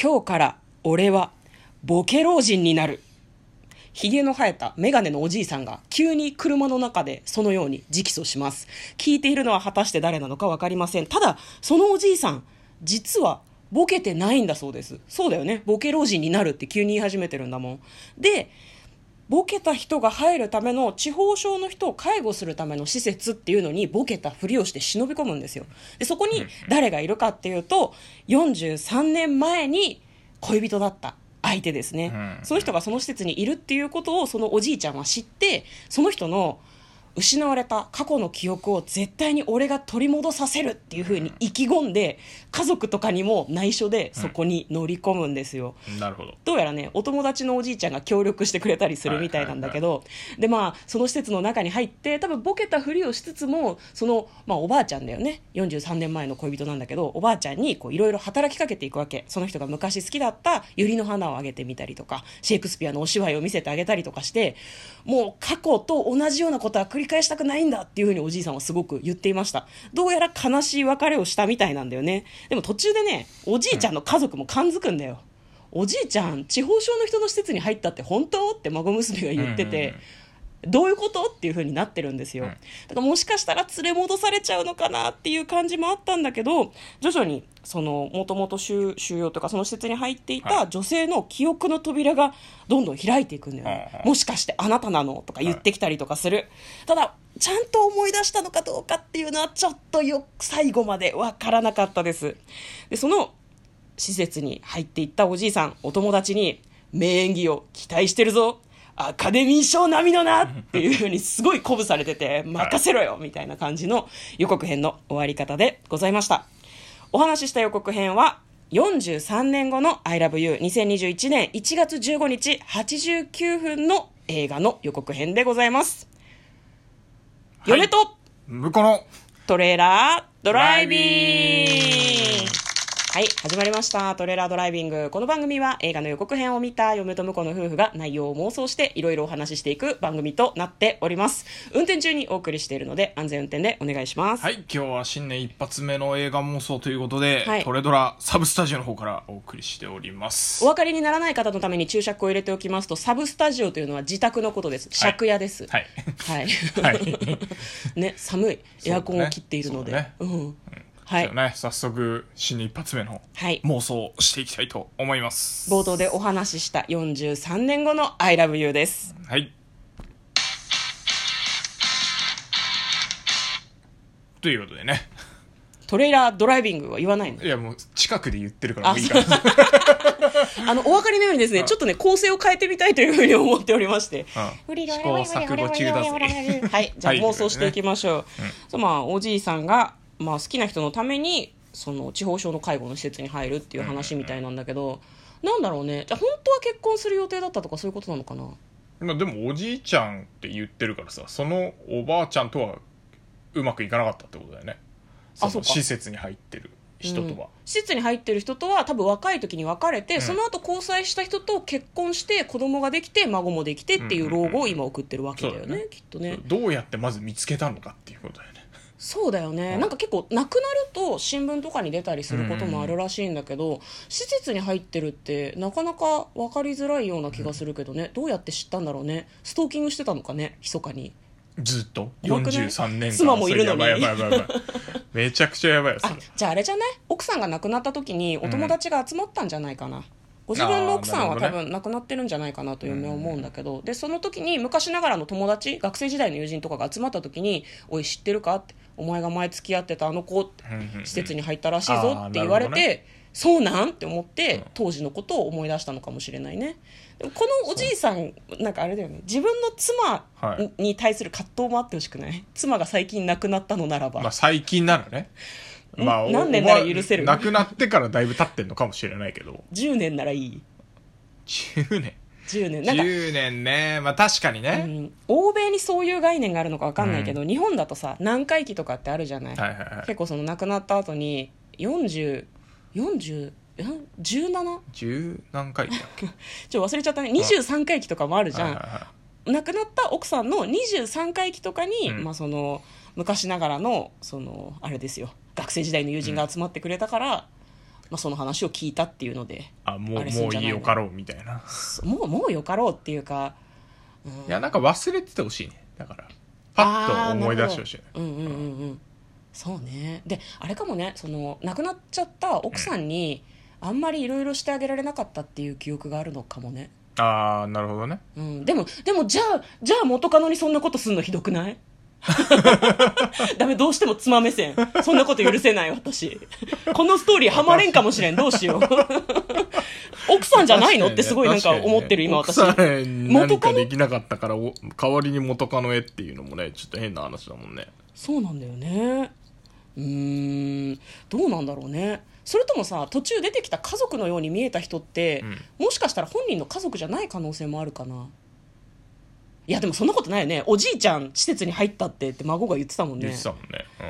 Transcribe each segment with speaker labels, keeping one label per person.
Speaker 1: 今日から俺はボケ老人になる。ヒゲの生えたメガネのおじいさんが急に車の中でそのように直訴します。聞いているのは果たして誰なのかわかりません。ただ、そのおじいさん、実はボケてないんだそうです。そうだよね。ボケ老人になるって急に言い始めてるんだもん。で、ボケた人が入るための地方症の人を介護するための施設っていうのにボケたふりをして忍び込むんですよ。で、そこに誰がいるかっていうと、43年前に恋人だった相手ですね。
Speaker 2: うん
Speaker 1: その人がその施設にいるっていうことをそのおじいちゃんは知って、その人の失われた過去の記憶を絶対に俺が取り戻させるっていうふうに意気込んで、家族とかにも内緒でそこに乗り込むんですよ。
Speaker 2: なるほど。
Speaker 1: どうやらねお友達のおじいちゃんが協力してくれたりするみたいなんだけど、でまあその施設の中に入って多分ボケたふりをしつつもその、まあ、おばあちゃんだよね43年前の恋人なんだけどおばあちゃんにこういろいろ働きかけていくわけその人が昔好きだった百合の花をあげてみたりとかシェイクスピアのお芝居を見せてあげたりとかしてもう過去と同じようなことは繰り返したくないんだっていうふうにおじいさんはすごく言っていましたどうやら悲しい別れをしたみたいなんだよねでも途中でねおじいちゃんの家族も感づくんだよ、おじいちゃん地方症の人の施設に入ったって本当って孫娘が言ってて、どういうことっていう風になってるんですよ、
Speaker 2: うん
Speaker 1: だからもしかしたら連れ戻されちゃうのかなっていう感じもあったんだけど徐々にそのもともと収収容とかその施設に入ってい
Speaker 2: は
Speaker 1: た女性の記憶の扉がどんどん開いていくんだよね、
Speaker 2: うんうん
Speaker 1: もしかしてあなたなのとか言ってきたりとかする、ただちゃんと思い出したのかどうかっていうのはちょっとよ最後までわからなかったですでその施設に入っていったおじいさん、お友達に、名演技を期待してるぞアカデミー賞並みのなっていうふうにすごい鼓舞されてて、任せろよみたいな感じの予告編の終わり方でございました。お話しした予告編は、43年後の I love you2021 年1月15日89分の映画の予告編でございます。
Speaker 2: い
Speaker 1: 嫁と
Speaker 2: 向こうの
Speaker 1: トレーラードライビング
Speaker 2: ドライビング
Speaker 1: はい始まりましたトレーラードライビングこの番組は映画の予告編を見た嫁と婿の夫婦が内容を妄想していろいろお話ししていく番組となっております運転中にお送りしているので安全運転でお願いします
Speaker 2: はい、今日は新年一発目の映画妄想ということで、
Speaker 1: はい
Speaker 2: トレドラサブスタジオの方からお送りしておりま
Speaker 1: お
Speaker 2: す。
Speaker 1: 分かりにならない方のために注釈を入れておきますとサブスタジオというのは自宅のことです借家です
Speaker 2: はい。
Speaker 1: はい、
Speaker 2: はい。
Speaker 1: ね寒いエアコンを切っているので
Speaker 2: そうだね
Speaker 1: うんはい
Speaker 2: じゃあね、早速、新年一発目の
Speaker 1: はい
Speaker 2: 妄想をしていきたいと思います。
Speaker 1: 冒頭でお話しした43年後の I love you です
Speaker 2: はい。ということでね。
Speaker 1: トレーラードライビングは言わないの
Speaker 2: いや、もう、近くで言ってるからもういいか
Speaker 1: あ
Speaker 2: ら。
Speaker 1: あのお分かりのようにですねちょっとね構成を変えてみたいというふうに思っておりまして
Speaker 2: うん試行錯誤中だぜ。
Speaker 1: はいじゃあ
Speaker 2: はい
Speaker 1: 妄想していきましょう、そうまあおじいさんが、まあ、好きな人のためにその地方症の介護の施設に入るっていう話みたいなんだけど、なんだろうねじゃあ本当は結婚する予定だったとかそういうことなのかな
Speaker 2: まあでもおじいちゃんって言ってるからさそのおばあちゃんとはうまくいかなかったってことだよね
Speaker 1: あ
Speaker 2: そ
Speaker 1: そう
Speaker 2: の
Speaker 1: か
Speaker 2: 施設に入ってる人と
Speaker 1: う
Speaker 2: は
Speaker 1: ん、施設に入ってる人とは多分若い時に別れて、
Speaker 2: ん
Speaker 1: その後交際した人と結婚して子供ができて孫もできてっていう老後を今送ってるわけだよね,、
Speaker 2: うんうんうん
Speaker 1: きっとね
Speaker 2: どうやってまず見つけたのかっていうことだよね
Speaker 1: そうだよね、
Speaker 2: うん
Speaker 1: なんか結構亡くなると新聞とかに出たりすることもあるらしいんだけど、施設に入ってるってなかなか分かりづらいような気がするけどね、どうやって知ったんだろうねストーキングしてたのかね密かに
Speaker 2: ずっと
Speaker 1: 怖くない
Speaker 2: 43年間
Speaker 1: 妻もいるのに
Speaker 2: それやばいやばいやばい やばいめちゃくちゃやばいよそれ
Speaker 1: あじゃああれじゃない奥さんが亡くなった時にお友達が集まったんじゃないかな、ご自分の奥さんは
Speaker 2: あー
Speaker 1: 多
Speaker 2: なるほど
Speaker 1: 分亡くなってるんじゃないかなと嫁は思うんだけど、でその時に昔ながらの友達学生時代の友人とかが集まった時に「おい知ってるか?」って「お前が前付き合ってたあの子」って
Speaker 2: うんうんうん
Speaker 1: 施設に入ったらしいぞ
Speaker 2: あー
Speaker 1: って言われ
Speaker 2: なるほど
Speaker 1: て、そうなんって思って、
Speaker 2: うん
Speaker 1: 当時のことを思い出したのかもしれないねでもこのおじいさんなんかあれだよね自分の妻
Speaker 2: はい
Speaker 1: にに対する葛藤もあってほしくない妻が最近亡くなったのならば、
Speaker 2: まあ最近ならね
Speaker 1: うん
Speaker 2: まあお
Speaker 1: 何年なら許せる
Speaker 2: おばあ亡くなってからだいぶ経ってんのかもしれないけど
Speaker 1: 10年ならいい
Speaker 2: 10年
Speaker 1: 10年なんか
Speaker 2: 10年ねまあ確かに
Speaker 1: う
Speaker 2: ね、
Speaker 1: ん欧米にそういう概念があるのか分かんないけど、日本だとさ何回忌とかってあるじゃない、
Speaker 2: はいはいはい
Speaker 1: 結構その亡くなった後に4040 17?
Speaker 2: 十何回だっけ
Speaker 1: ちょっと忘れちゃったね23回忌とかもあるじゃん、
Speaker 2: はいはいはい
Speaker 1: 亡くなった奥さんの23回忌とかに、
Speaker 2: うん
Speaker 1: まあ、その昔ながらのそのあれですよ学生時代の友人が集まってくれたから、まあ、その話を聞いたっていうので
Speaker 2: あも
Speaker 1: あ
Speaker 2: う
Speaker 1: れす
Speaker 2: も
Speaker 1: ん
Speaker 2: う
Speaker 1: じゃ
Speaker 2: い
Speaker 1: ないいの
Speaker 2: よかろうみたいな
Speaker 1: そもうもうよかろうっていうか、うん、
Speaker 2: いやなんか忘れててほしいねだからパッと思い出してほしいね
Speaker 1: あーなるほどうんうんうんうんそうねであれかもねその亡くなっちゃった奥さんにあんまりいろいろしてあげられなかったっていう記憶があるのかもね、
Speaker 2: ああなるほどね
Speaker 1: うん、でもでもじゃあじゃあ元カノにそんなことすんのひどくない ダメどうしても妻目線そんなこと許せない私このストーリーハマれんかもしれんどうしよう奥さんじゃないのってすごいなんか思ってる今私
Speaker 2: 確かにね
Speaker 1: 元
Speaker 2: 奥
Speaker 1: カ
Speaker 2: さん何か
Speaker 1: ノ
Speaker 2: できなかったからお代わりに元カノへっていうのもねちょっと変な話だもんね
Speaker 1: そうなんだよねうーんどうなんだろうねそれともさ途中出てきた家族のように見えた人って、もしかしたら本人の家族じゃない可能性もあるかないやでもそんなことないよねおじいちゃん施設に入ったってって孫が言ってたもん
Speaker 2: 言
Speaker 1: ね
Speaker 2: ってたもんねうん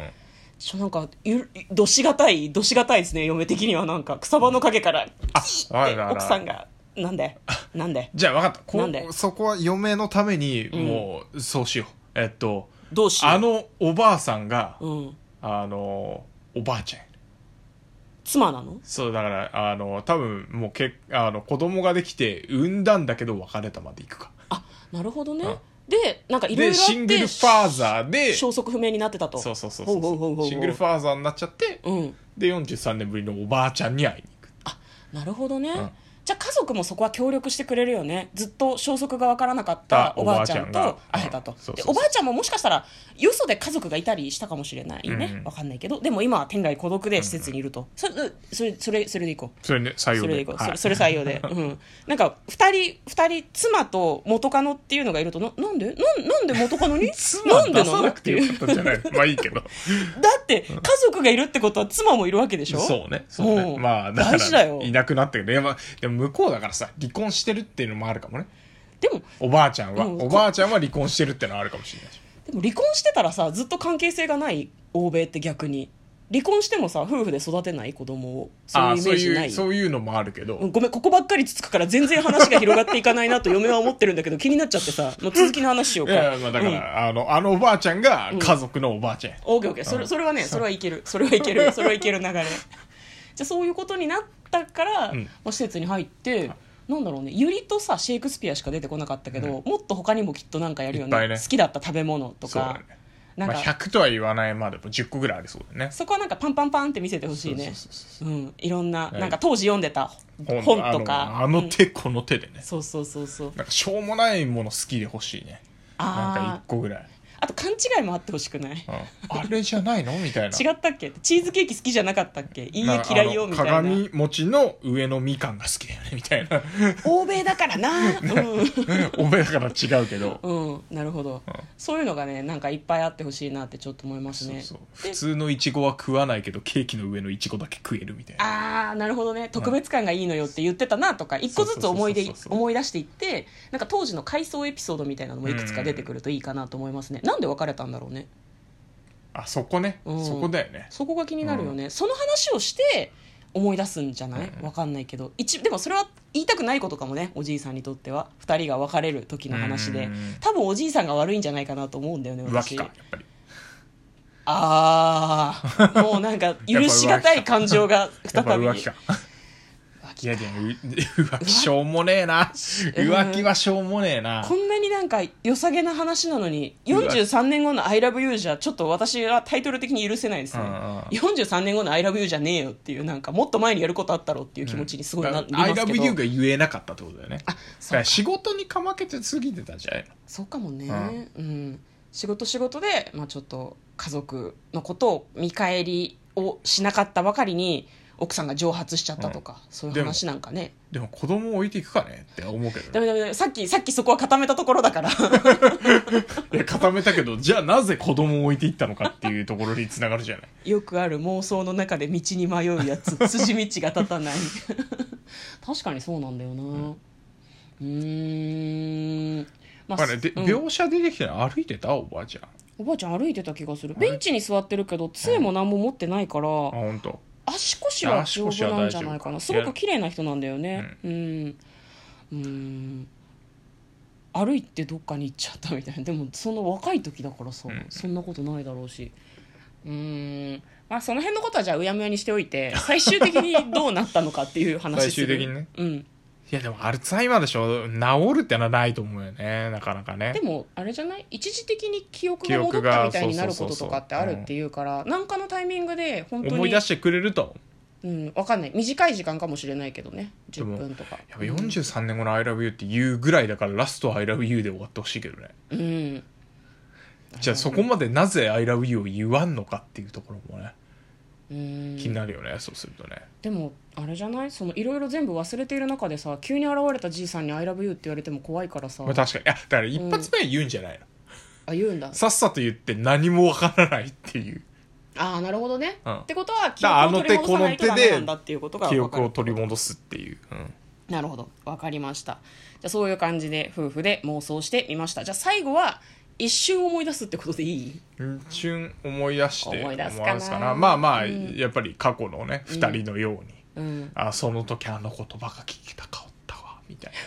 Speaker 1: ちょなんかゆどしがたいどしがたいですね嫁的にはなんか草葉の陰からキー
Speaker 2: あ
Speaker 1: っ
Speaker 2: ら
Speaker 1: て
Speaker 2: らら
Speaker 1: 奥さんがなんでなんで
Speaker 2: じゃあ分かったこ
Speaker 1: なんで
Speaker 2: そこは嫁のためにもうそうしよう、えっと
Speaker 1: どうしよう
Speaker 2: あのおばあさんが、
Speaker 1: うん、
Speaker 2: あのおばあちゃんやね
Speaker 1: 妻なの
Speaker 2: そうだからあの多分もうけあの子供ができて産んだんだけど別れたまでいくか
Speaker 1: あなるほどね、
Speaker 2: うん
Speaker 1: でなんかいろいろあ
Speaker 2: で
Speaker 1: って
Speaker 2: シングルファーザーでそ
Speaker 1: 消息不明になってたと
Speaker 2: うそうそうそう
Speaker 1: ほうほうほうほう
Speaker 2: シングルファーザーになっちゃって
Speaker 1: うん
Speaker 2: で43年ぶりのおばあちゃんに会いに行く
Speaker 1: なるほどね、
Speaker 2: ん
Speaker 1: じゃあ家族もそこは協力してくれるよねずっと消息がわからなかった
Speaker 2: あ
Speaker 1: おばあちゃん
Speaker 2: おばあちゃん
Speaker 1: と
Speaker 2: が
Speaker 1: 会えたと
Speaker 2: うんそうそう
Speaker 1: で
Speaker 2: そう
Speaker 1: おばあちゃんももしかしたらよそで家族がいたりしたかもしれないね、
Speaker 2: うん
Speaker 1: わかんないけどでも今は天外孤独で施設にいると、それそれそれそれでいこう
Speaker 2: それね採用
Speaker 1: それでい
Speaker 2: で
Speaker 1: こう、
Speaker 2: はい
Speaker 1: それそれ採用 で、うん、なんか二人二人妻と元カノっていうのがいるとななんでなんなんで元カノに
Speaker 2: 妻
Speaker 1: んで
Speaker 2: 出さなくてよかったんじゃないまあいい けど
Speaker 1: だって家族がいるってことは妻もいるわけでしょ
Speaker 2: そうね。そうね。
Speaker 1: うん
Speaker 2: まあ、だから
Speaker 1: 大事だよ
Speaker 2: いなくなってくる。いやまあ、でも向こうだからさ、離婚してるっていうのもあるかもね。
Speaker 1: でも
Speaker 2: おばあちゃんは、
Speaker 1: うん
Speaker 2: おばあちゃんは離婚してるってのはあるかもしれないし。
Speaker 1: でも離婚してたらさずっと関係性がない欧米って逆に離婚してもさ夫婦で育てない子供をそう
Speaker 2: あ
Speaker 1: いう
Speaker 2: ー
Speaker 1: イメ
Speaker 2: そう
Speaker 1: ージない
Speaker 2: いう、そういうのもあるけど、
Speaker 1: うんごめんここばっかりつつくから全然話が広がっていかないなと嫁は思ってるんだけど気になっちゃってさもう続きの話しよう
Speaker 2: い
Speaker 1: か
Speaker 2: やいや、まあだから、
Speaker 1: うん
Speaker 2: あの、あのおばあちゃんが家族のおばあちゃんや。
Speaker 1: オーケーオーケーそれそれはねそれはいけるそれはいけ るそれはいける流れじゃあそういうことになったから、
Speaker 2: うん
Speaker 1: まあ、施設に入ってなんだろうねユリとさシェイクスピアしか出てこなかったけど、もっと他にもきっとなんかやるよ
Speaker 2: い
Speaker 1: ね
Speaker 2: っぱいね
Speaker 1: 好きだった食べ物と
Speaker 2: そうだ
Speaker 1: か
Speaker 2: ね。
Speaker 1: なん
Speaker 2: ま
Speaker 1: か、
Speaker 2: あ、100とは言わないまでも10個ぐらいありそうだよね。
Speaker 1: そこはなんかパンパンパンって見せてほしいね
Speaker 2: そうそうそうそう
Speaker 1: うん、いろんな
Speaker 2: はい
Speaker 1: なんか当時読んでた本
Speaker 2: あ
Speaker 1: と
Speaker 2: の
Speaker 1: か
Speaker 2: あの
Speaker 1: うん
Speaker 2: 手この手でね。
Speaker 1: そうそうそうそう
Speaker 2: なんか、しょうもないもの好きで欲しいね。なんか
Speaker 1: あ
Speaker 2: 1個ぐらい。
Speaker 1: ーあと勘違いもあってほしくない
Speaker 2: うんあれじゃないのみたいな。
Speaker 1: 違ったっけチーズケーキ好きじゃなかったっけいいえ嫌いよみたいな
Speaker 2: あの鏡餅の上のみかんが好きだよねみた いな
Speaker 1: 欧米だからなう
Speaker 2: おめだから違うけど、
Speaker 1: ん、うん、なるほど、そういうのがねなんかいっぱいあってほしいなってちょっと思います
Speaker 2: そう
Speaker 1: ね
Speaker 2: そう普
Speaker 1: で
Speaker 2: 通のいちごは食わないけどケーキの上のいちごだけ食えるみたいな
Speaker 1: ああなるほどね特別感がいいのよって言ってたなとか一個ずつ思い
Speaker 2: そ
Speaker 1: 出
Speaker 2: うそうそうそう
Speaker 1: 思い出していってなんか当時の回想エピソードみたいなのもいくつか出てくるといいかなと思いますねなんで別れたんだろうね
Speaker 2: あそこね、
Speaker 1: うん
Speaker 2: そこだよね
Speaker 1: そこが気になるよね、その話をして思い出すんじゃないわかんないけど一でもそれは言いたくないことかもねおじいさんにとっては2人が別れる時の話で
Speaker 2: うん
Speaker 1: 多分おじいさんが悪いんじゃないかなと思うんだよね
Speaker 2: 浮
Speaker 1: 私
Speaker 2: 気かやっぱり
Speaker 1: ああもうなんか許しがたい感情が
Speaker 2: や
Speaker 1: 再
Speaker 2: っぱ
Speaker 1: び
Speaker 2: 浮気かいやでもう 浮気しょうもねえな浮気はしょうもねえな
Speaker 1: こんなになんか良さげな話なのに
Speaker 2: うわ
Speaker 1: 43年後の「ILOVEYOU」じゃちょっと私はタイトル的に許せないですね
Speaker 2: うんうん
Speaker 1: 43年後の「ILOVEYOU」じゃねえよっていうなんかもっと前にやることあったろっていう気持ちにすごいな、
Speaker 2: だ
Speaker 1: り
Speaker 2: から
Speaker 1: ます
Speaker 2: I
Speaker 1: けど
Speaker 2: love you が言えなかったってことだよねだ
Speaker 1: そう
Speaker 2: か
Speaker 1: から
Speaker 2: 仕事にかまけて過ぎてたんじゃないの
Speaker 1: そうかもね、うん仕事仕事で、まあ、ちょっと家族のことを見返りをしなかったばかりに奥さんが蒸発しちゃったとか、そういう話なんかね
Speaker 2: でも子供を置いていくかねって思うけどね
Speaker 1: ダメダメダメさっきさっきそこは固めたところだから
Speaker 2: いや固めたけどじゃあなぜ子供を置いていったのかっていうところにつながるじゃない
Speaker 1: よくある妄想の中で道に迷うや つ筋道が立たない 確かにそうなんだよなうーんま
Speaker 2: まあねで、
Speaker 1: うん
Speaker 2: 描写出てきたら歩いてたおばあちゃんあ
Speaker 1: おばあちゃん歩いてた気がする
Speaker 2: れ
Speaker 1: ベンチに座ってるけど杖も何も持ってないから、
Speaker 2: 本当。
Speaker 1: 足腰は丈夫なんじゃないかな
Speaker 2: 足
Speaker 1: す
Speaker 2: 腰は大丈夫か
Speaker 1: ごく綺麗な人なんだよねうんうん歩いてどっかに行っちゃったみたいなでもその若い時だからさ、
Speaker 2: ん
Speaker 1: そんなことないだろうしうんまあ、その辺のことはじゃあうやむやにしておいて最終的にどうなったのかっていう話
Speaker 2: 最終的にね、
Speaker 1: うん、
Speaker 2: いやでもアルツハイマーでしょ治るってのはないと思うよねなかなかね
Speaker 1: でもあれじゃない一時的に記憶
Speaker 2: 記
Speaker 1: が戻
Speaker 2: 憶
Speaker 1: っ
Speaker 2: が
Speaker 1: たみたいになる
Speaker 2: そ
Speaker 1: こ
Speaker 2: うそ
Speaker 1: とと
Speaker 2: うそうそう
Speaker 1: かってあるっていうから何かのタイミングで本当に
Speaker 2: 思い出してくれると
Speaker 1: うん、わかんない短い時間かもしれないけどね10
Speaker 2: でも
Speaker 1: 分とか
Speaker 2: やっぱ43年後の「ILOVEYOU」って言うぐらいだからラスト「ILOVEYOU」で終わってほしいけどね
Speaker 1: うん
Speaker 2: じゃあそこまでなぜ「ILOVEYOU」を言わんのかっていうところもね
Speaker 1: うん
Speaker 2: 気になるよね、そうするとね
Speaker 1: でもあれじゃないそのいろいろ全部忘れている中でさ急に現れたじいさんに「ILOVEYOU」って言われても怖いからさ
Speaker 2: まあ確かにいやだから一発目は言うんじゃないの、
Speaker 1: あ言うんだ
Speaker 2: さっさと言って何もわからないっていう
Speaker 1: ああなるほどね、
Speaker 2: うん
Speaker 1: ってことは記
Speaker 2: だからあ
Speaker 1: 憶
Speaker 2: の
Speaker 1: を取り戻さ
Speaker 2: 手
Speaker 1: ないと
Speaker 2: こ
Speaker 1: ダ
Speaker 2: の
Speaker 1: メ
Speaker 2: 手で
Speaker 1: なんだっていうことが
Speaker 2: 記
Speaker 1: 分か
Speaker 2: 憶
Speaker 1: る
Speaker 2: を取り戻すっていう、うん
Speaker 1: なるほど分かりましたじゃあそういう感じで夫婦で妄想してみましたじゃあ最後は一瞬思い出すってことでいい
Speaker 2: 一瞬思い出して
Speaker 1: 思い出すかな
Speaker 2: 思まあまあ、
Speaker 1: うん
Speaker 2: やっぱり過去のね2人のように、
Speaker 1: うん
Speaker 2: あその時あの言葉が聞きたかったわみたい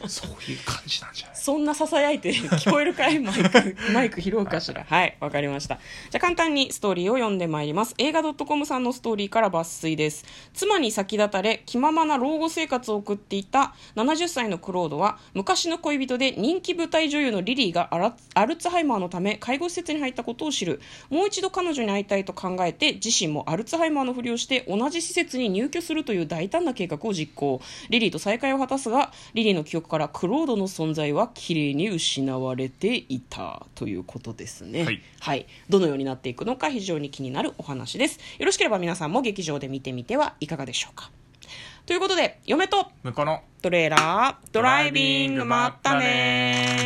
Speaker 2: なそういう感じなんじゃない
Speaker 1: そんなささやいて聞こえるかいマイクマイク拾うかしらはいわかりましたじゃあ簡単にストーリーを読んでまいります映画 .com さんのストーリーから抜粋です妻に先立たれ気ままな老後生活を送っていた70歳のクロードは昔の恋人で人気舞台女優のリリーがアラアルツハイマーのため介護施設に入ったことを知るもう一度彼女に会いたいと考えて自身もアルツハイマーのふりをして同じ施設に入居するという大胆な計画を実行リリーと再会を果たすがリリーの記憶からクロードの存在はきれいに失われていたということですね
Speaker 2: はい、
Speaker 1: どのようになっていくのか非常に気になるお話ですよろしければ皆さんも劇場で見てみてはいかがでしょうかということで嫁と
Speaker 2: 向こうの
Speaker 1: トレーラードライビングまったね